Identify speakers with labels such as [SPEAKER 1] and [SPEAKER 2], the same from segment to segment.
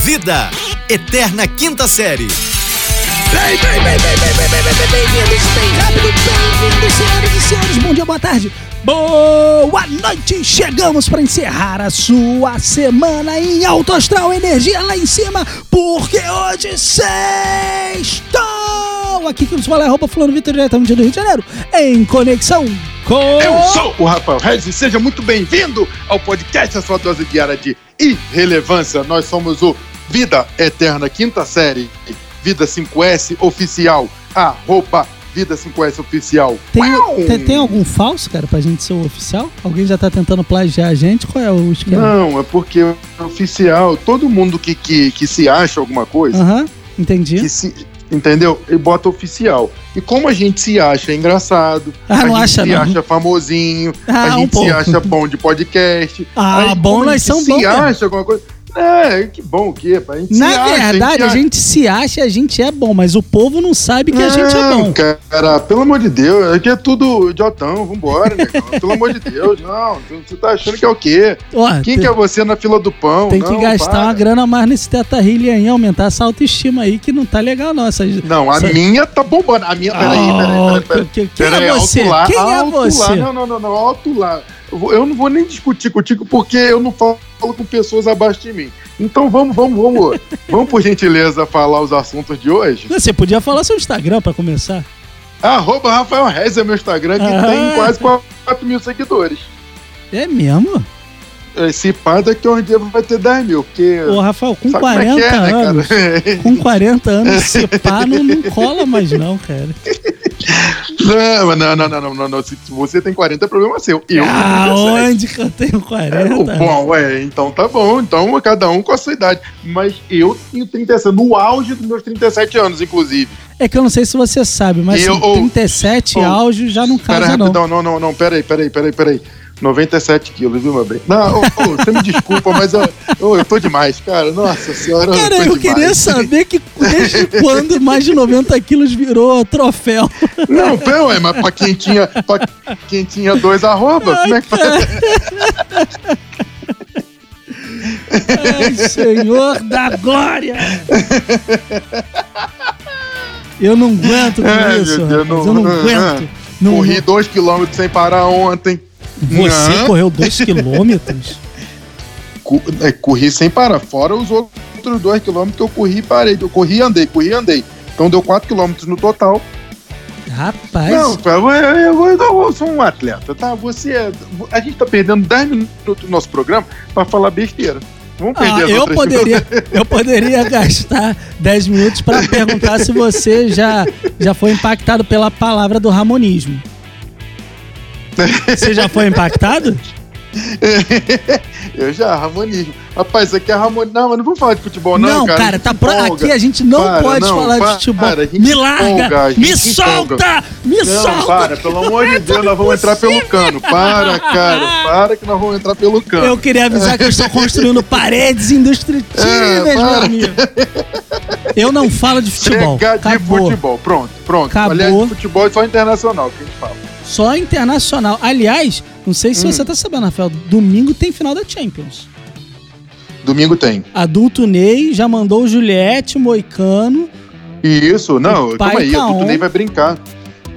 [SPEAKER 1] Vida, Eterna Quinta Série.
[SPEAKER 2] Bem, bem, bem, bem, bem, bem, bem, bem, bem, bem-vindos, bem rápido, bem-vindos, senhoras e senhores, bom dia, boa tarde, boa noite, chegamos para encerrar a sua semana em Alto Astral, energia lá em cima, porque hoje sextou, aqui que nos fala é roupa fulano Vitor, diretamente do Rio de Janeiro, em conexão com...
[SPEAKER 3] Eu sou o Rafael Regis e seja muito bem-vindo ao podcast A Sua Dose Diária de Irrelevância. Nós somos o Vida Eterna, quinta série, Vida 5S Oficial, arroba Vida 5S Oficial. Uau!
[SPEAKER 2] Tem, tem, tem algum falso, cara, pra gente ser o oficial? Alguém já tá tentando plagiar a gente? Qual é o esquema?
[SPEAKER 3] Não, é porque o oficial, todo mundo que, que, que se acha alguma coisa,
[SPEAKER 2] Aham, entendi.
[SPEAKER 3] que se, entendeu? E bota oficial. E como a gente se acha engraçado,
[SPEAKER 2] Ah,
[SPEAKER 3] a
[SPEAKER 2] não
[SPEAKER 3] gente
[SPEAKER 2] acha,
[SPEAKER 3] se
[SPEAKER 2] não.
[SPEAKER 3] acha famosinho,
[SPEAKER 2] Ah,
[SPEAKER 3] a
[SPEAKER 2] um
[SPEAKER 3] gente se
[SPEAKER 2] pouco.
[SPEAKER 3] acha bom de podcast.
[SPEAKER 2] Ah,
[SPEAKER 3] Aí,
[SPEAKER 2] bom
[SPEAKER 3] como a
[SPEAKER 2] nós
[SPEAKER 3] gente
[SPEAKER 2] somos bom
[SPEAKER 3] Se
[SPEAKER 2] mesmo.
[SPEAKER 3] acha alguma coisa. É, que bom que é, pá, a gente se
[SPEAKER 2] Na
[SPEAKER 3] acha,
[SPEAKER 2] verdade, a
[SPEAKER 3] acha.
[SPEAKER 2] gente se acha, a gente é bom, mas o povo não sabe que a gente é
[SPEAKER 3] Não,
[SPEAKER 2] bom.
[SPEAKER 3] Cara, pelo amor de Deus, aqui é tudo idiotão, vambora, negão. pelo amor de Deus, não, você tá achando que é o quê?
[SPEAKER 2] Ó,
[SPEAKER 3] Quem
[SPEAKER 2] tem,
[SPEAKER 3] que é você na fila do pão?
[SPEAKER 2] tem que
[SPEAKER 3] não,
[SPEAKER 2] gastar
[SPEAKER 3] para.
[SPEAKER 2] uma grana a mais nesse Teta Healing aí, aumentar essa autoestima aí, que não tá legal, não. Essas...
[SPEAKER 3] Não, a
[SPEAKER 2] Essa-
[SPEAKER 3] minha tá bombando. A minha, peraí, peraí, peraí.
[SPEAKER 2] Oh,
[SPEAKER 3] peraí.
[SPEAKER 2] que- que- Quem
[SPEAKER 3] Peraí,
[SPEAKER 2] é você?
[SPEAKER 3] alto lá,
[SPEAKER 2] Quem é
[SPEAKER 3] alto Lá.
[SPEAKER 2] você?
[SPEAKER 3] Não, não, não, não, alto lá. Eu vou- Eu não vou nem discutir contigo porque eu não falo com pessoas abaixo de mim. Então vamos, vamos, vamos. vamos, por gentileza, falar os assuntos de hoje.
[SPEAKER 2] Você podia falar seu Instagram pra começar.
[SPEAKER 3] Arroba Rafael Reis é meu Instagram, que
[SPEAKER 2] Ah.
[SPEAKER 3] tem quase 4 mil seguidores.
[SPEAKER 2] É mesmo?
[SPEAKER 3] Esse pá daqui a um dia vai ter 10 mil, porque.
[SPEAKER 2] Ô, Rafael, com
[SPEAKER 3] É. sabe
[SPEAKER 2] 40
[SPEAKER 3] como é que é,
[SPEAKER 2] anos.
[SPEAKER 3] né, cara?
[SPEAKER 2] Com 40 anos, se pá, não, não cola mais, não, cara.
[SPEAKER 3] não, não, não, não, não, não, não. Se você tem 40, é problema seu. Eu
[SPEAKER 2] Ah,
[SPEAKER 3] tenho 17.
[SPEAKER 2] Aonde que eu tenho
[SPEAKER 3] É,
[SPEAKER 2] 40?
[SPEAKER 3] bom, é, então tá bom. Então cada um com a sua idade. Mas eu tenho 37, no auge dos meus 37 anos, inclusive.
[SPEAKER 2] É que eu não sei se você sabe, mas
[SPEAKER 3] Eu-
[SPEAKER 2] assim,
[SPEAKER 3] ou-
[SPEAKER 2] 37
[SPEAKER 3] ou-
[SPEAKER 2] áudio já não
[SPEAKER 3] Pera
[SPEAKER 2] casa,
[SPEAKER 3] aí,
[SPEAKER 2] não.
[SPEAKER 3] rapidão, não, não, não, pera aí, pera aí, pera aí, pera aí. 97 quilos, viu, meu bem? Não, ô, ô, você me desculpa, mas eu, ô, eu tô demais, cara. Nossa senhora.
[SPEAKER 2] Cara,
[SPEAKER 3] tô
[SPEAKER 2] eu
[SPEAKER 3] demais.
[SPEAKER 2] queria saber que desde quando mais de 90 quilos virou troféu.
[SPEAKER 3] Não, pera, ué, mas pra quem tinha, pra quem tinha dois arroba, como é que faz?
[SPEAKER 2] Ai, Senhor da Glória! Eu não aguento com
[SPEAKER 3] Ai,
[SPEAKER 2] isso,
[SPEAKER 3] meu
[SPEAKER 2] rapaz.
[SPEAKER 3] Deus, não- Ah,
[SPEAKER 2] eu não
[SPEAKER 3] não-
[SPEAKER 2] aguento. Não,
[SPEAKER 3] Corri dois quilômetros sem parar ontem.
[SPEAKER 2] Você
[SPEAKER 3] Não.
[SPEAKER 2] correu 2 quilômetros?
[SPEAKER 3] Cu- é, corri sem parar, fora os outros dois quilômetros que eu corri e parei. Eu corri e andei, corri e andei. Então deu 4 quilômetros no total.
[SPEAKER 2] Rapaz,
[SPEAKER 3] Não, eu, eu, eu, eu sou um atleta, tá? Você é- A gente tá perdendo 10 minutos do nosso programa pra falar besteira. Vamos
[SPEAKER 2] ah,
[SPEAKER 3] perder as
[SPEAKER 2] eu,
[SPEAKER 3] outras
[SPEAKER 2] poderia, eu poderia gastar 10 minutos para perguntar se você já, já foi impactado pela palavra do ramonismo. Você já foi impactado?
[SPEAKER 3] Eu já, Ramonismo. Rapaz, isso aqui é Ramonismo. Não, mas não vamos falar de futebol, não,
[SPEAKER 2] Não, cara,
[SPEAKER 3] A gente
[SPEAKER 2] tá pro...
[SPEAKER 3] empolga.
[SPEAKER 2] aqui a gente não
[SPEAKER 3] Para,
[SPEAKER 2] pode
[SPEAKER 3] não,
[SPEAKER 2] falar
[SPEAKER 3] para,
[SPEAKER 2] de futebol.
[SPEAKER 3] a gente
[SPEAKER 2] me larga,
[SPEAKER 3] empolga, a gente
[SPEAKER 2] me
[SPEAKER 3] empolga.
[SPEAKER 2] solta, me
[SPEAKER 3] Não,
[SPEAKER 2] solta.
[SPEAKER 3] para, pelo amor
[SPEAKER 2] É
[SPEAKER 3] de Deus, nós vamos entrar pelo cano. Para, cara, para que nós vamos entrar pelo cano.
[SPEAKER 2] Eu queria avisar que eu estou construindo paredes indestrutíveis,
[SPEAKER 3] É,
[SPEAKER 2] meu
[SPEAKER 3] para.
[SPEAKER 2] amigo. Eu não falo de futebol.
[SPEAKER 3] Chega
[SPEAKER 2] Acabou.
[SPEAKER 3] de futebol. Pronto, pronto.
[SPEAKER 2] Acabou.
[SPEAKER 3] Aliás, de futebol é só internacional que a gente fala.
[SPEAKER 2] Só internacional. Aliás, não sei
[SPEAKER 3] Hum.
[SPEAKER 2] se você tá sabendo, Rafael, domingo tem final da Champions.
[SPEAKER 3] Domingo tem.
[SPEAKER 2] Adulto Ney já mandou o Juliette, Moicano
[SPEAKER 3] E isso, não,
[SPEAKER 2] pai
[SPEAKER 3] calma aí,
[SPEAKER 2] tá
[SPEAKER 3] o Tutu
[SPEAKER 2] on.
[SPEAKER 3] nem vai brincar.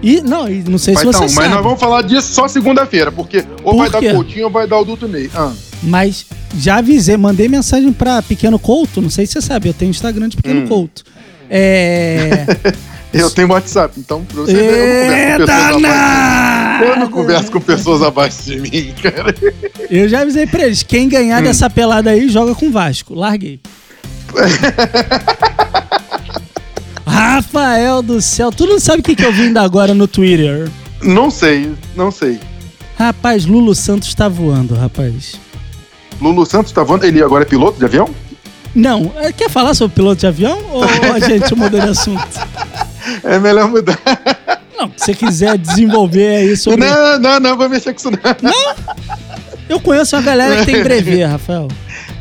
[SPEAKER 2] e não, e não sei
[SPEAKER 3] Vai
[SPEAKER 2] se você
[SPEAKER 3] tá on, mas
[SPEAKER 2] sabe.
[SPEAKER 3] nós vamos falar disso só segunda-feira, porque ou
[SPEAKER 2] Por
[SPEAKER 3] vai
[SPEAKER 2] quê?
[SPEAKER 3] dar Coutinho ou vai dar o Duto Ney. Ah,
[SPEAKER 2] Mas já avisei, mandei mensagem pra Pequeno Couto, não sei se você sabe, eu tenho Instagram de Pequeno
[SPEAKER 3] Hum.
[SPEAKER 2] Couto. É.
[SPEAKER 3] eu tenho WhatsApp, então pra você
[SPEAKER 2] é
[SPEAKER 3] ver, eu não converso com pessoas abaixo de
[SPEAKER 2] danado!
[SPEAKER 3] mim. Eu não converso com pessoas abaixo de mim, cara.
[SPEAKER 2] Eu já avisei pra eles: quem
[SPEAKER 3] Hum.
[SPEAKER 2] ganhar dessa pelada aí joga com o Vasco. Larguei. Rafael do céu, tu não sabe o que, que eu vi ainda agora no Twitter?
[SPEAKER 3] Não sei, não sei.
[SPEAKER 2] Rapaz, Lulu Santos tá voando, rapaz.
[SPEAKER 3] Lulu Santos tá voando, ele agora é piloto de avião?
[SPEAKER 2] Não, é, quer falar sobre piloto de avião ou a gente muda de assunto?
[SPEAKER 3] É melhor mudar.
[SPEAKER 2] Não, se você quiser desenvolver aí sobre.
[SPEAKER 3] Não, não, não, vou mexer com isso não.
[SPEAKER 2] Eu conheço uma galera que tem brevê, Rafael.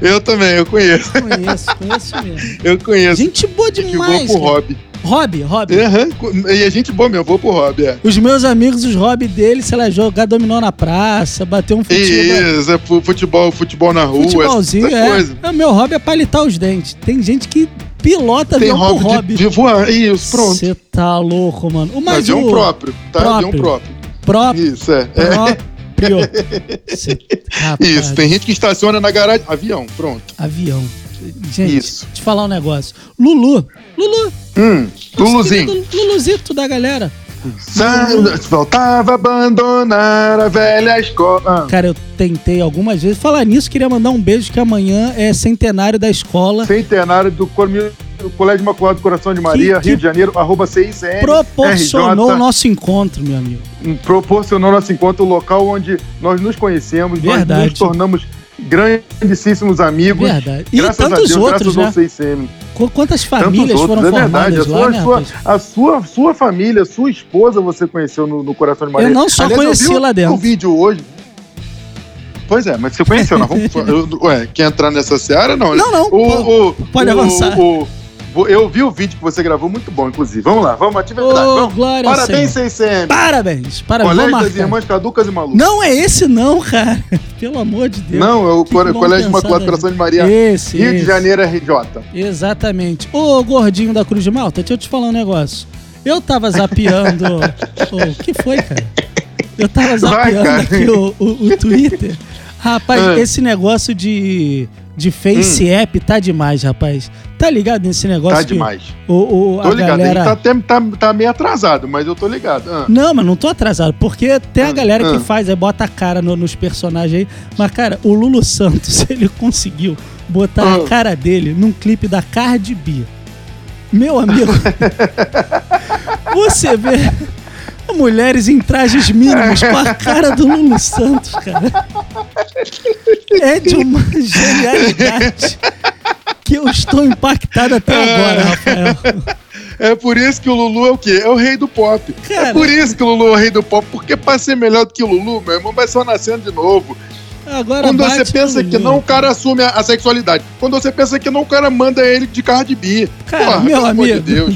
[SPEAKER 3] Eu também, eu conheço,
[SPEAKER 2] Conheço, conheço mesmo.
[SPEAKER 3] eu conheço.
[SPEAKER 2] Gente boa
[SPEAKER 3] Chegou
[SPEAKER 2] demais.
[SPEAKER 3] pro
[SPEAKER 2] cara.
[SPEAKER 3] hobby.
[SPEAKER 2] Hobby, hobby.
[SPEAKER 3] Aham, E a gente boa mesmo, vou pro hobby, é.
[SPEAKER 2] Os meus amigos, os hobbies deles, sei lá, jogar dominó na praça, bater um futebol.
[SPEAKER 3] Isso, é fu- futebol, futebol na rua,
[SPEAKER 2] Futebolzinho,
[SPEAKER 3] essas
[SPEAKER 2] é.
[SPEAKER 3] coisas.
[SPEAKER 2] É, Meu hobby é palitar os dentes. Tem gente que pilota
[SPEAKER 3] Tem
[SPEAKER 2] avião
[SPEAKER 3] hobby,
[SPEAKER 2] por hobby.
[SPEAKER 3] De, de voar, isso, pronto.
[SPEAKER 2] Você tá louco, mano. O mais
[SPEAKER 3] avião
[SPEAKER 2] o
[SPEAKER 3] próprio, tá? Avião próprio.
[SPEAKER 2] próprio.
[SPEAKER 3] Isso, é. é.
[SPEAKER 2] Próprio. Cê- rapaz,
[SPEAKER 3] Isso, tem gente que estaciona na garagem. Avião, pronto.
[SPEAKER 2] Avião. Gente,
[SPEAKER 3] Isso.
[SPEAKER 2] te falar um negócio. Lulu. Lulu.
[SPEAKER 3] Hum,
[SPEAKER 2] nosso
[SPEAKER 3] Luluzinho.
[SPEAKER 2] querido Luluzito da galera.
[SPEAKER 3] Sandra, Voltava a abandonar a velha escola.
[SPEAKER 2] Cara, eu tentei algumas vezes. Falar nisso, queria mandar um beijo que amanhã é centenário da escola.
[SPEAKER 3] Ah, Centenário do Cormi- do Colégio Imaculado do Coração de Maria,
[SPEAKER 2] Que-
[SPEAKER 3] Rio de Janeiro, arroba CICN.
[SPEAKER 2] Proporcionou o
[SPEAKER 3] RJ,
[SPEAKER 2] nosso encontro, meu amigo.
[SPEAKER 3] proporcionou nosso encontro, o local onde nós nos conhecemos,
[SPEAKER 2] Verdade.
[SPEAKER 3] nós nos tornamos grandíssimos amigos.
[SPEAKER 2] Verdade. E
[SPEAKER 3] graças a
[SPEAKER 2] tantos
[SPEAKER 3] Deus,
[SPEAKER 2] outros,
[SPEAKER 3] graças
[SPEAKER 2] né?
[SPEAKER 3] ao CICN.
[SPEAKER 2] Qu- Quantas famílias
[SPEAKER 3] Tantos
[SPEAKER 2] foram
[SPEAKER 3] outros, é verdade. A
[SPEAKER 2] formadas lá,
[SPEAKER 3] sua,
[SPEAKER 2] né?
[SPEAKER 3] sua-
[SPEAKER 2] rapaz?
[SPEAKER 3] a sua, sua família, sua esposa você conheceu no, no Coração de Maria.
[SPEAKER 2] Eu não só conheci
[SPEAKER 3] vi o-
[SPEAKER 2] lá dentro.
[SPEAKER 3] o vídeo hoje. Pois é, mas você conheceu, não? Vamos, eu- ué, quer entrar nessa seara, não? né?
[SPEAKER 2] Não, não,
[SPEAKER 3] O- o-
[SPEAKER 2] pode
[SPEAKER 3] o-
[SPEAKER 2] avançar.
[SPEAKER 3] o- o- eu vi o vídeo que você gravou, muito bom, inclusive. Vamos lá, vamos,
[SPEAKER 2] Ô,
[SPEAKER 3] atividade. vamos.
[SPEAKER 2] glória ao
[SPEAKER 3] Parabéns,
[SPEAKER 2] Senhor.
[SPEAKER 3] CCM.
[SPEAKER 2] Parabéns. Parabéns. Tá,
[SPEAKER 3] Colégio
[SPEAKER 2] Vamos
[SPEAKER 3] das
[SPEAKER 2] marcar.
[SPEAKER 3] Irmãs Caducas e Malucas.
[SPEAKER 2] Não é esse não, cara. Pelo amor de Deus.
[SPEAKER 3] Não, é o
[SPEAKER 2] Que
[SPEAKER 3] Cole-
[SPEAKER 2] bom
[SPEAKER 3] Colégio
[SPEAKER 2] pensar,
[SPEAKER 3] Imaculado
[SPEAKER 2] Davi.
[SPEAKER 3] Coração de Maria,
[SPEAKER 2] Esse,
[SPEAKER 3] Rio de
[SPEAKER 2] esse.
[SPEAKER 3] Janeiro, Tá RJ.
[SPEAKER 2] Exatamente. Ô, gordinho da Cruz de Malta, deixa eu te falar um negócio. Eu tava zapeando... Ô, O que foi, cara? Eu tava zapeando
[SPEAKER 3] cara.
[SPEAKER 2] aqui o, o- o Twitter. Rapaz,
[SPEAKER 3] Ah. Hum.
[SPEAKER 2] esse negócio de, de Face App tá demais, rapaz. Tá ligado nesse negócio?
[SPEAKER 3] Tá
[SPEAKER 2] que
[SPEAKER 3] demais.
[SPEAKER 2] O, o-
[SPEAKER 3] Tô
[SPEAKER 2] a
[SPEAKER 3] ligado,
[SPEAKER 2] galera...
[SPEAKER 3] ele tá, até- tá- tá meio atrasado, mas eu tô ligado. Ah.
[SPEAKER 2] Não, mas não tô atrasado, porque tem a
[SPEAKER 3] Ah,
[SPEAKER 2] galera que
[SPEAKER 3] ah.
[SPEAKER 2] faz, aí bota a cara no- nos personagens aí. Mas, cara, o Lulu Santos, ele conseguiu botar a
[SPEAKER 3] Ah.
[SPEAKER 2] cara dele num clipe da Cardi B. Meu amigo, você vê mulheres em trajes mínimos com a cara do Lulu Santos, cara. É de uma genialidade que eu estou impactado até agora, Rafael.
[SPEAKER 3] É por isso que o Lulu é o quê? É o rei do pop.
[SPEAKER 2] Cara.
[SPEAKER 3] É por isso que o Lulu é o rei do pop, porque pra ser melhor do que o Lulu, meu irmão, vai só nascendo de novo.
[SPEAKER 2] Agora
[SPEAKER 3] Quando você
[SPEAKER 2] bate
[SPEAKER 3] pensa
[SPEAKER 2] no
[SPEAKER 3] que não,
[SPEAKER 2] Lulu.
[SPEAKER 3] o cara assume a, a sexualidade. Quando você pensa que não, o cara manda ele de Cardi B.
[SPEAKER 2] Cara, meu
[SPEAKER 3] pelo amor de
[SPEAKER 2] amigo.
[SPEAKER 3] Deus.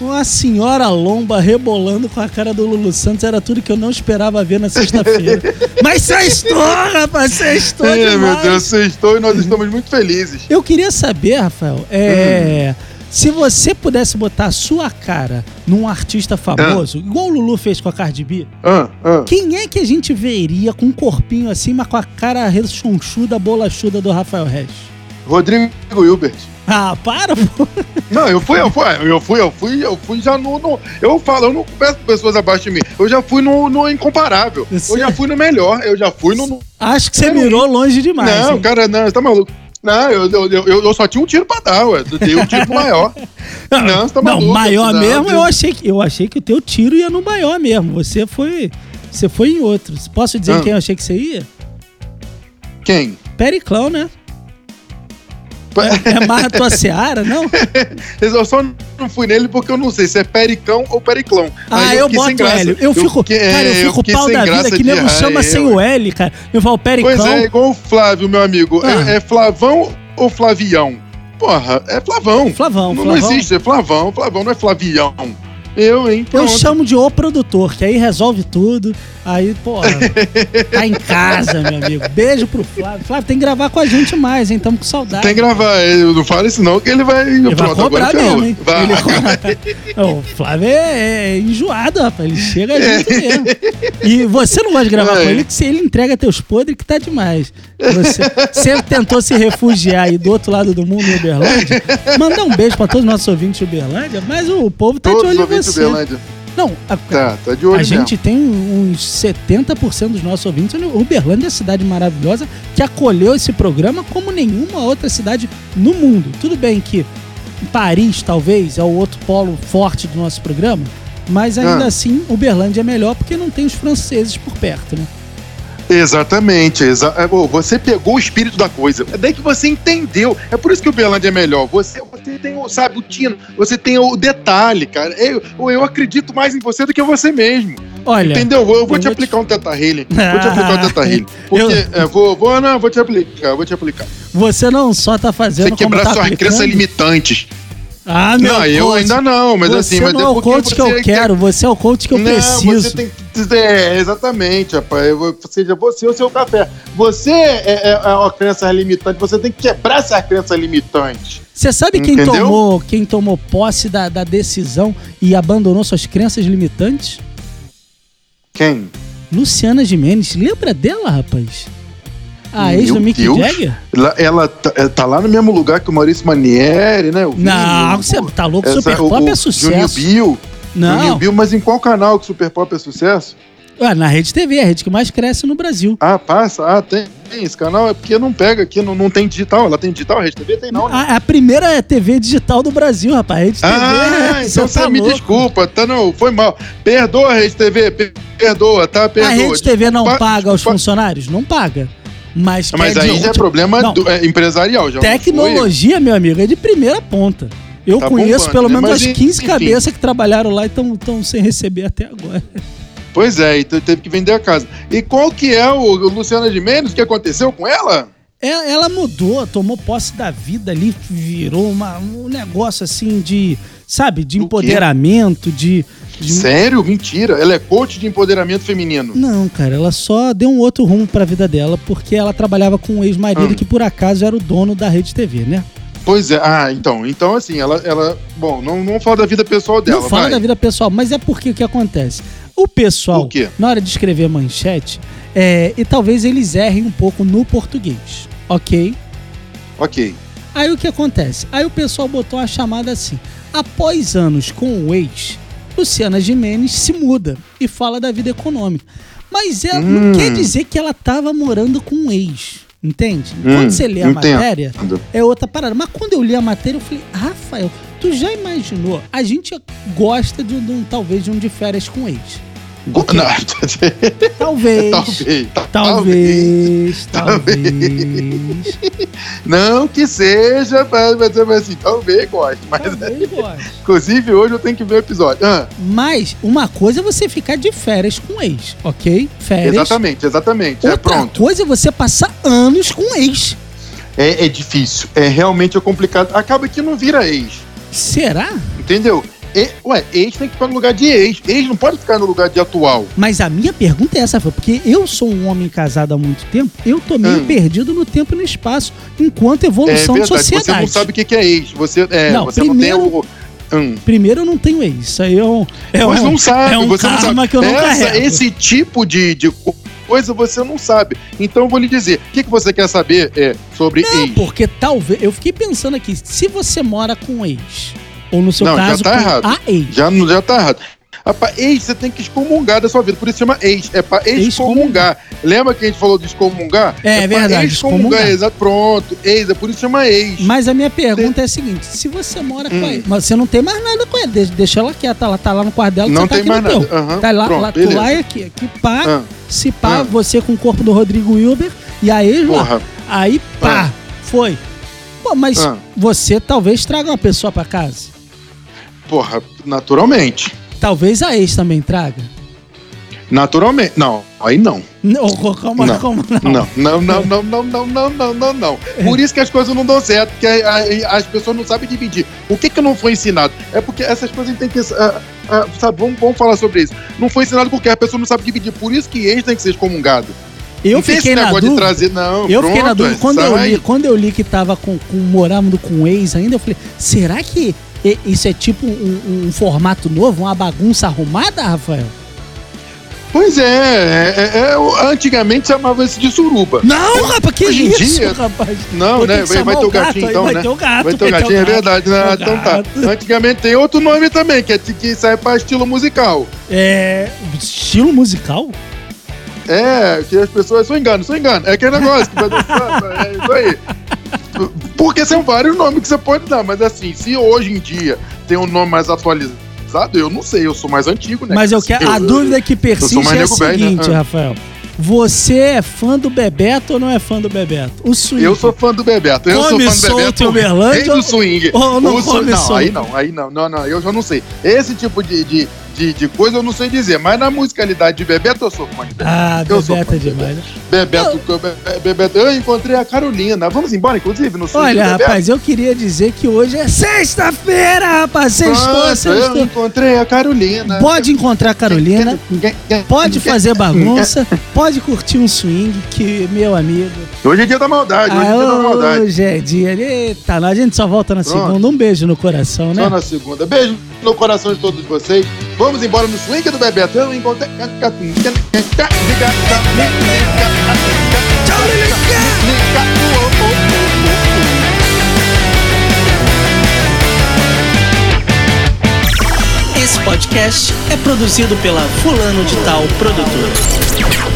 [SPEAKER 2] Uma senhora lomba rebolando com a cara do Lulu Santos era tudo que eu não esperava ver na sexta-feira. Mas é sextou, rapaz, sextou
[SPEAKER 3] Ai,
[SPEAKER 2] é demais.
[SPEAKER 3] É, meu Deus, vocês estão e nós estamos muito felizes.
[SPEAKER 2] Eu queria saber, Rafael,
[SPEAKER 3] Hum.
[SPEAKER 2] é, se você pudesse botar a sua cara num artista famoso, igual o Lulu fez com a Cardi B,
[SPEAKER 3] Ah, ah.
[SPEAKER 2] quem é que a gente veria com um corpinho assim, mas com a cara rechonchuda, bolachuda do Rafael Reis?
[SPEAKER 3] Rodrigo Hilbert.
[SPEAKER 2] Ah, para, pô.
[SPEAKER 3] Não, eu fui, eu fui, eu fui, eu fui, eu fui já no. no- eu falo, eu não peço pessoas abaixo de mim. Eu já fui no, no incomparável.
[SPEAKER 2] Você-
[SPEAKER 3] Eu já fui no melhor. Eu já fui no. no-
[SPEAKER 2] Acho que você mirou longe demais.
[SPEAKER 3] não,
[SPEAKER 2] hein?
[SPEAKER 3] cara, não, você tá maluco. Não, eu, eu, eu, eu- eu só tinha um tiro pra dar, ué. Eu dei um tiro pro maior. Não, você tá maluco.
[SPEAKER 2] Não, maior
[SPEAKER 3] Não,
[SPEAKER 2] mesmo,
[SPEAKER 3] eu-
[SPEAKER 2] eu achei, que, eu achei que o teu tiro ia no maior mesmo. Você foi. Você foi em outro. Posso dizer
[SPEAKER 3] Ah.
[SPEAKER 2] quem eu achei que você ia?
[SPEAKER 3] Quem?
[SPEAKER 2] Periclão, né? É, é mais a tua seara, não?
[SPEAKER 3] Eu só não fui nele porque eu não sei se é Pericão ou Periclão. Mas
[SPEAKER 2] Ah, eu,
[SPEAKER 3] fiquei sem
[SPEAKER 2] boto o
[SPEAKER 3] graça.
[SPEAKER 2] L. Eu, fico.
[SPEAKER 3] fiquei-
[SPEAKER 2] cara, eu
[SPEAKER 3] é,
[SPEAKER 2] fico
[SPEAKER 3] fiquei
[SPEAKER 2] pau
[SPEAKER 3] sem
[SPEAKER 2] da vida
[SPEAKER 3] graça
[SPEAKER 2] que
[SPEAKER 3] de
[SPEAKER 2] nego
[SPEAKER 3] errar,
[SPEAKER 2] chama
[SPEAKER 3] é,
[SPEAKER 2] sem
[SPEAKER 3] eu-
[SPEAKER 2] o L, cara. Eu falo, Periclão.
[SPEAKER 3] Pois é, igual o Flávio, meu amigo.
[SPEAKER 2] Ah.
[SPEAKER 3] É, é Flavão ou Flavião? Porra, é Flavão.
[SPEAKER 2] Flavão,
[SPEAKER 3] não,
[SPEAKER 2] Flavão.
[SPEAKER 3] não existe, é Flavão. Flavão não é Flavião. Eu, hein?
[SPEAKER 2] Eu
[SPEAKER 3] Pronto.
[SPEAKER 2] chamo de o produtor, que aí resolve tudo. Aí, porra, tá em casa, meu amigo. Beijo pro Flávio. Flávio, tem que gravar com a gente mais, hein? Tamo com saudade.
[SPEAKER 3] Tem que gravar. Eu não falo isso não, que ele vai...
[SPEAKER 2] Ele vai cobrar
[SPEAKER 3] ferrou.
[SPEAKER 2] mesmo, hein?
[SPEAKER 3] é Vai.
[SPEAKER 2] Ele tá cobra- Não, o Flávio é, é enjoado, rapaz. Ele chega junto mesmo. E você não gosta de gravar
[SPEAKER 3] É.
[SPEAKER 2] com ele, que se ele entrega teus podres, que tá demais. Você sempre tentou se refugiar aí do outro lado do mundo, em Uberlândia. Mandar um beijo pra todos os nossos ouvintes de Uberlândia, mas o povo tá
[SPEAKER 3] Todos
[SPEAKER 2] de
[SPEAKER 3] os
[SPEAKER 2] olho em
[SPEAKER 3] ouvintes do
[SPEAKER 2] você.
[SPEAKER 3] Berlândia.
[SPEAKER 2] Não, a,
[SPEAKER 3] Tá, tá de olho
[SPEAKER 2] a
[SPEAKER 3] mesmo.
[SPEAKER 2] gente tem uns 70% dos nossos ouvintes. Uberlândia é uma cidade maravilhosa que acolheu esse programa como nenhuma outra cidade no mundo. Tudo bem que Paris, talvez, é o outro polo forte do nosso programa, mas ainda
[SPEAKER 3] Ah.
[SPEAKER 2] assim, Uberlândia é melhor porque não tem os franceses por perto, né?
[SPEAKER 3] Exatamente. Exa é, pô, você pegou o espírito da coisa. É daí que você entendeu. É por isso que o Berlândia é melhor. Você, você tem, o, sabe, o tino, você tem o detalhe, cara. Eu, eu acredito mais em você do que você mesmo.
[SPEAKER 2] Olha,
[SPEAKER 3] Entendeu? Eu, vou
[SPEAKER 2] eu
[SPEAKER 3] te
[SPEAKER 2] vou
[SPEAKER 3] aplicar um teta healing. Vou te aplicar um teta healing.
[SPEAKER 2] Eu-
[SPEAKER 3] Porque, é, vou, vou, não, vou te aplicar, vou te aplicar.
[SPEAKER 2] você não só tá fazendo
[SPEAKER 3] Você quebrar
[SPEAKER 2] como tá
[SPEAKER 3] suas
[SPEAKER 2] aplicando,
[SPEAKER 3] crenças limitantes.
[SPEAKER 2] Ah, meu
[SPEAKER 3] não, eu
[SPEAKER 2] coach.
[SPEAKER 3] ainda não, mas
[SPEAKER 2] você
[SPEAKER 3] assim, mas
[SPEAKER 2] não
[SPEAKER 3] é
[SPEAKER 2] é o
[SPEAKER 3] porque
[SPEAKER 2] coach que eu
[SPEAKER 3] você
[SPEAKER 2] quero, você é o coach que eu
[SPEAKER 3] não,
[SPEAKER 2] preciso.
[SPEAKER 3] Você tem que dizer, é, exatamente, rapaz. Eu vou- Ou seja, você é o seu café. Você é, é, é uma crença limitante, você tem que quebrar essa crença limitante.
[SPEAKER 2] Você sabe quem
[SPEAKER 3] Entendeu?
[SPEAKER 2] tomou, quem tomou posse da, da decisão e abandonou suas crenças limitantes?
[SPEAKER 3] Quem?
[SPEAKER 2] Luciana Gimenez. Lembra dela, rapaz? A ex do
[SPEAKER 3] Meu
[SPEAKER 2] Mick
[SPEAKER 3] Deus.
[SPEAKER 2] Jagger?
[SPEAKER 3] Ela, ela tá, ela tá lá no mesmo lugar que o Maurício Manieri, né? O
[SPEAKER 2] Não, você
[SPEAKER 3] o-
[SPEAKER 2] tá louco,
[SPEAKER 3] essa-
[SPEAKER 2] Super
[SPEAKER 3] o-
[SPEAKER 2] Pop
[SPEAKER 3] o
[SPEAKER 2] é
[SPEAKER 3] Juninho
[SPEAKER 2] sucesso.
[SPEAKER 3] Bill. Juninho
[SPEAKER 2] Não,
[SPEAKER 3] Bill, mas em qual canal que Super Pop é sucesso?
[SPEAKER 2] Ué, na Rede TV, a rede que mais cresce no Brasil.
[SPEAKER 3] Ah, passa. Ah, tem, tem esse canal. É porque não pega aqui, não, não tem digital. Ela tem digital, a Rede TV tem não. né?
[SPEAKER 2] A, a primeira TV digital do Brasil, rapaz. A Rede TV.
[SPEAKER 3] Ah, então você
[SPEAKER 2] tá
[SPEAKER 3] me
[SPEAKER 2] louco.
[SPEAKER 3] desculpa, tá não, foi mal. Perdoa, Rede TV, per- perdoa, tá?
[SPEAKER 2] A
[SPEAKER 3] Perdoa.
[SPEAKER 2] Rede TV não
[SPEAKER 3] Desculpa,
[SPEAKER 2] paga aos
[SPEAKER 3] desculpa.
[SPEAKER 2] funcionários? Não paga. Mas,
[SPEAKER 3] Mas
[SPEAKER 2] quer
[SPEAKER 3] aí
[SPEAKER 2] de-
[SPEAKER 3] já é problema
[SPEAKER 2] Não.
[SPEAKER 3] do- é, empresarial, já. não foi?
[SPEAKER 2] Tecnologia, meu amigo, é de primeira ponta. Eu
[SPEAKER 3] Tá
[SPEAKER 2] conheço
[SPEAKER 3] bombando,
[SPEAKER 2] pelo
[SPEAKER 3] né?
[SPEAKER 2] menos
[SPEAKER 3] Mas
[SPEAKER 2] as
[SPEAKER 3] en-
[SPEAKER 2] 15
[SPEAKER 3] enfim.
[SPEAKER 2] cabeças que trabalharam lá e estão sem receber até agora.
[SPEAKER 3] Pois é, então teve que vender a casa. E qual que é o, o Luciana de Mendes? O que aconteceu com ela?
[SPEAKER 2] É, Ela mudou, tomou posse da vida ali, virou uma- um negócio assim de, sabe, de
[SPEAKER 3] Do quê?
[SPEAKER 2] empoderamento, de, de-
[SPEAKER 3] Sério? Mentira. Ela é coach de empoderamento feminino.
[SPEAKER 2] Não, cara, ela só deu um outro rumo pra vida dela, porque ela trabalhava com um ex-marido
[SPEAKER 3] Hum.
[SPEAKER 2] que por acaso era o dono da Rede TV, né?
[SPEAKER 3] Pois é. Ah, então. Então, assim, ela. ela bom, não, não fala da vida pessoal dela.
[SPEAKER 2] não fala
[SPEAKER 3] vai.
[SPEAKER 2] da vida pessoal, mas é porque o que acontece? O pessoal,
[SPEAKER 3] O quê?
[SPEAKER 2] na hora de escrever manchete, é, e talvez eles errem um pouco no português, ok?
[SPEAKER 3] Ok.
[SPEAKER 2] Aí o que acontece? Aí o pessoal botou uma chamada assim: após anos com o ex, Luciana Gimenez se muda e fala da vida econômica. Mas ela não
[SPEAKER 3] Hum.
[SPEAKER 2] quer dizer que ela estava morando com um ex, entende? Quando
[SPEAKER 3] Hum,
[SPEAKER 2] você lê a
[SPEAKER 3] entendo.
[SPEAKER 2] matéria, é outra parada. Mas quando eu li a matéria, eu falei, Rafael, tu já imaginou? A gente gosta de, um- de um, talvez, de um de férias com ex.
[SPEAKER 3] Go- Não,
[SPEAKER 2] Talvez. talvez.
[SPEAKER 3] talvez,
[SPEAKER 2] Talvez, talvez.
[SPEAKER 3] Não que seja, mas, mas, mas assim, talvez goste. Mas, é
[SPEAKER 2] Talvez goste.
[SPEAKER 3] inclusive, hoje eu tenho que ver o episódio. Ah,
[SPEAKER 2] Mas uma coisa é você ficar de férias com ex, ok? Férias.
[SPEAKER 3] exatamente, exatamente.
[SPEAKER 2] Outra
[SPEAKER 3] é pronto.
[SPEAKER 2] coisa é você passar anos com ex.
[SPEAKER 3] É, é difícil. É realmente é complicado. Acaba que não vira ex.
[SPEAKER 2] Será?
[SPEAKER 3] Entendeu? E- ué, ex tem que ficar no lugar de ex. Ex não pode ficar no lugar de atual.
[SPEAKER 2] Mas a minha pergunta é essa, Rafa, porque eu sou um homem casado há muito tempo, eu tô meio
[SPEAKER 3] Hum.
[SPEAKER 2] perdido no tempo e no espaço, enquanto
[SPEAKER 3] É
[SPEAKER 2] evolução de
[SPEAKER 3] verdade. Você
[SPEAKER 2] sociedade.
[SPEAKER 3] não sabe o que que é ex. Você, é,
[SPEAKER 2] Não,
[SPEAKER 3] você não
[SPEAKER 2] primeiro-
[SPEAKER 3] tem o. Hum.
[SPEAKER 2] Primeiro, eu não tenho ex. Isso aí é um. É
[SPEAKER 3] Mas
[SPEAKER 2] um-
[SPEAKER 3] não sabe,
[SPEAKER 2] é um
[SPEAKER 3] você não
[SPEAKER 2] karma
[SPEAKER 3] sabe.
[SPEAKER 2] que eu não
[SPEAKER 3] Essa-
[SPEAKER 2] carrego.
[SPEAKER 3] esse tipo de, de co- coisa você não sabe. Então eu vou lhe dizer, o que, que você quer saber é, sobre
[SPEAKER 2] Não,
[SPEAKER 3] ex?
[SPEAKER 2] porque talvez. Eu fiquei pensando aqui, se você mora com ex, ou no seu
[SPEAKER 3] Não, já
[SPEAKER 2] caso,
[SPEAKER 3] tá
[SPEAKER 2] com
[SPEAKER 3] errado.
[SPEAKER 2] a ex.
[SPEAKER 3] Já, não- já tá errado. Rapaz, ex, você tem que excomungar da sua vida. Por isso chama ex. É pra excomungar. Lembra que a gente falou de excomungar?
[SPEAKER 2] É,
[SPEAKER 3] pra
[SPEAKER 2] verdade, excomungar.
[SPEAKER 3] Excomungar, exato. Pronto, ex. É por isso chama ex.
[SPEAKER 2] Mas a minha pergunta é a seguinte: se você mora com
[SPEAKER 3] Hum.
[SPEAKER 2] ela, mas você não tem mais nada com ela, deixa, deixa ela quieta, ela tá lá no quarto dela,
[SPEAKER 3] não
[SPEAKER 2] você tá
[SPEAKER 3] tem
[SPEAKER 2] aqui
[SPEAKER 3] mais
[SPEAKER 2] no
[SPEAKER 3] nada.
[SPEAKER 2] teu.
[SPEAKER 3] Aham,
[SPEAKER 2] Tá lá,
[SPEAKER 3] pronto,
[SPEAKER 2] lá, tu
[SPEAKER 3] beleza.
[SPEAKER 2] lá e aqui, aqui pá,
[SPEAKER 3] Ah,
[SPEAKER 2] se pá,
[SPEAKER 3] Ah.
[SPEAKER 2] você com o corpo do Rodrigo Wilber, e aí, lá,
[SPEAKER 3] porra.
[SPEAKER 2] aí pá, foi. Pô, mas
[SPEAKER 3] Ah.
[SPEAKER 2] você talvez traga uma pessoa pra casa.
[SPEAKER 3] Porra, naturalmente.
[SPEAKER 2] Talvez a ex também traga.
[SPEAKER 3] Naturalmente. Não, aí não.
[SPEAKER 2] Não, calma,
[SPEAKER 3] Não,
[SPEAKER 2] calma, não.
[SPEAKER 3] Não, não, não, não, não, não, não, não, não, não. Por isso que as coisas não dão certo, porque a- a- as pessoas não sabem dividir. O que que não foi ensinado? É porque essas coisas a gente tem que. ah, ah, sabe, vamos, vamos falar sobre isso. Não foi ensinado porque a pessoa não sabe dividir. Por isso que ex tem que ser excomungado.
[SPEAKER 2] Eu
[SPEAKER 3] não tem
[SPEAKER 2] fiquei
[SPEAKER 3] esse
[SPEAKER 2] na
[SPEAKER 3] negócio de
[SPEAKER 2] dúvida.
[SPEAKER 3] trazer, não.
[SPEAKER 2] Eu
[SPEAKER 3] pronto,
[SPEAKER 2] fiquei na dúvida.
[SPEAKER 3] é,
[SPEAKER 2] Quando eu,
[SPEAKER 3] sai.
[SPEAKER 2] li, quando eu li que tava com, com morando com um ex ainda, eu falei, será que e- isso é tipo um, um formato novo, uma bagunça arrumada, Rafael?
[SPEAKER 3] Pois é, é, é, é, o- antigamente chamava isso de suruba.
[SPEAKER 2] Não, rapaz, que
[SPEAKER 3] Hoje em
[SPEAKER 2] isso,
[SPEAKER 3] dia-
[SPEAKER 2] rapaz?
[SPEAKER 3] Não,
[SPEAKER 2] Vou ter
[SPEAKER 3] né?
[SPEAKER 2] que
[SPEAKER 3] Vai, vai
[SPEAKER 2] chamar
[SPEAKER 3] ter o gatinho
[SPEAKER 2] aí,
[SPEAKER 3] então,
[SPEAKER 2] vai
[SPEAKER 3] né?
[SPEAKER 2] Ter o gato,
[SPEAKER 3] Vai ter o gatinho, é verdade. né?
[SPEAKER 2] Vai ter o
[SPEAKER 3] então tá.
[SPEAKER 2] gato.
[SPEAKER 3] Antigamente tem outro nome também, que, é, de- que sai pra estilo musical.
[SPEAKER 2] É. Estilo musical?
[SPEAKER 3] É, que as pessoas só enganam, só enganam. É aquele negócio que vai dançando, é isso aí. Porque são vários nomes que você pode dar, mas assim, se hoje em dia tem um nome mais atualizado, eu não sei, eu sou mais antigo, né?
[SPEAKER 2] Mas eu quero. A dúvida que persiste
[SPEAKER 3] mais
[SPEAKER 2] é a
[SPEAKER 3] nego velho, né?
[SPEAKER 2] seguinte,
[SPEAKER 3] Ah.
[SPEAKER 2] Rafael. Você é fã do Bebeto ou não é fã do Bebeto? O Swing.
[SPEAKER 3] Eu sou fã do Bebeto, eu
[SPEAKER 2] Come
[SPEAKER 3] sou fã do
[SPEAKER 2] solto
[SPEAKER 3] Bebeto.
[SPEAKER 2] em Uberlândia
[SPEAKER 3] rei do swing.
[SPEAKER 2] ou não
[SPEAKER 3] O
[SPEAKER 2] come
[SPEAKER 3] Não,
[SPEAKER 2] solto?
[SPEAKER 3] aí não, aí não, não, não, eu já não sei. Esse tipo de, de, de, de coisa, eu não sei dizer, mas na musicalidade de Bebeto eu sou fã de Bebeto.
[SPEAKER 2] Ah,
[SPEAKER 3] eu sou
[SPEAKER 2] Bebeto
[SPEAKER 3] fã
[SPEAKER 2] é
[SPEAKER 3] de
[SPEAKER 2] demais. né?
[SPEAKER 3] Bebeto, Bebeto, Bebeto, eu encontrei a Carolina. Vamos embora, inclusive, no estúdio
[SPEAKER 2] Olha,
[SPEAKER 3] do Bebeto.
[SPEAKER 2] rapaz, eu queria dizer que hoje é sexta-feira, rapaz. Sextou,
[SPEAKER 3] Pronto, eu
[SPEAKER 2] sextou.
[SPEAKER 3] encontrei a Carolina.
[SPEAKER 2] Pode encontrar a Carolina, pode fazer bagunça, pode curtir um swing, que, meu amigo.
[SPEAKER 3] Hoje é dia da maldade, hoje é dia da
[SPEAKER 2] Ah,
[SPEAKER 3] maldade.
[SPEAKER 2] hoje é dia. Eita, a gente só volta na
[SPEAKER 3] Pronto.
[SPEAKER 2] segunda. Um beijo no coração, né?
[SPEAKER 3] Só na segunda. Beijo no coração de todos vocês. Vamos embora no swing do Bebeto. Eu encontrei.
[SPEAKER 2] Tchau, Lilica!
[SPEAKER 4] Esse podcast é produzido pela Fulano de Tal Produtora.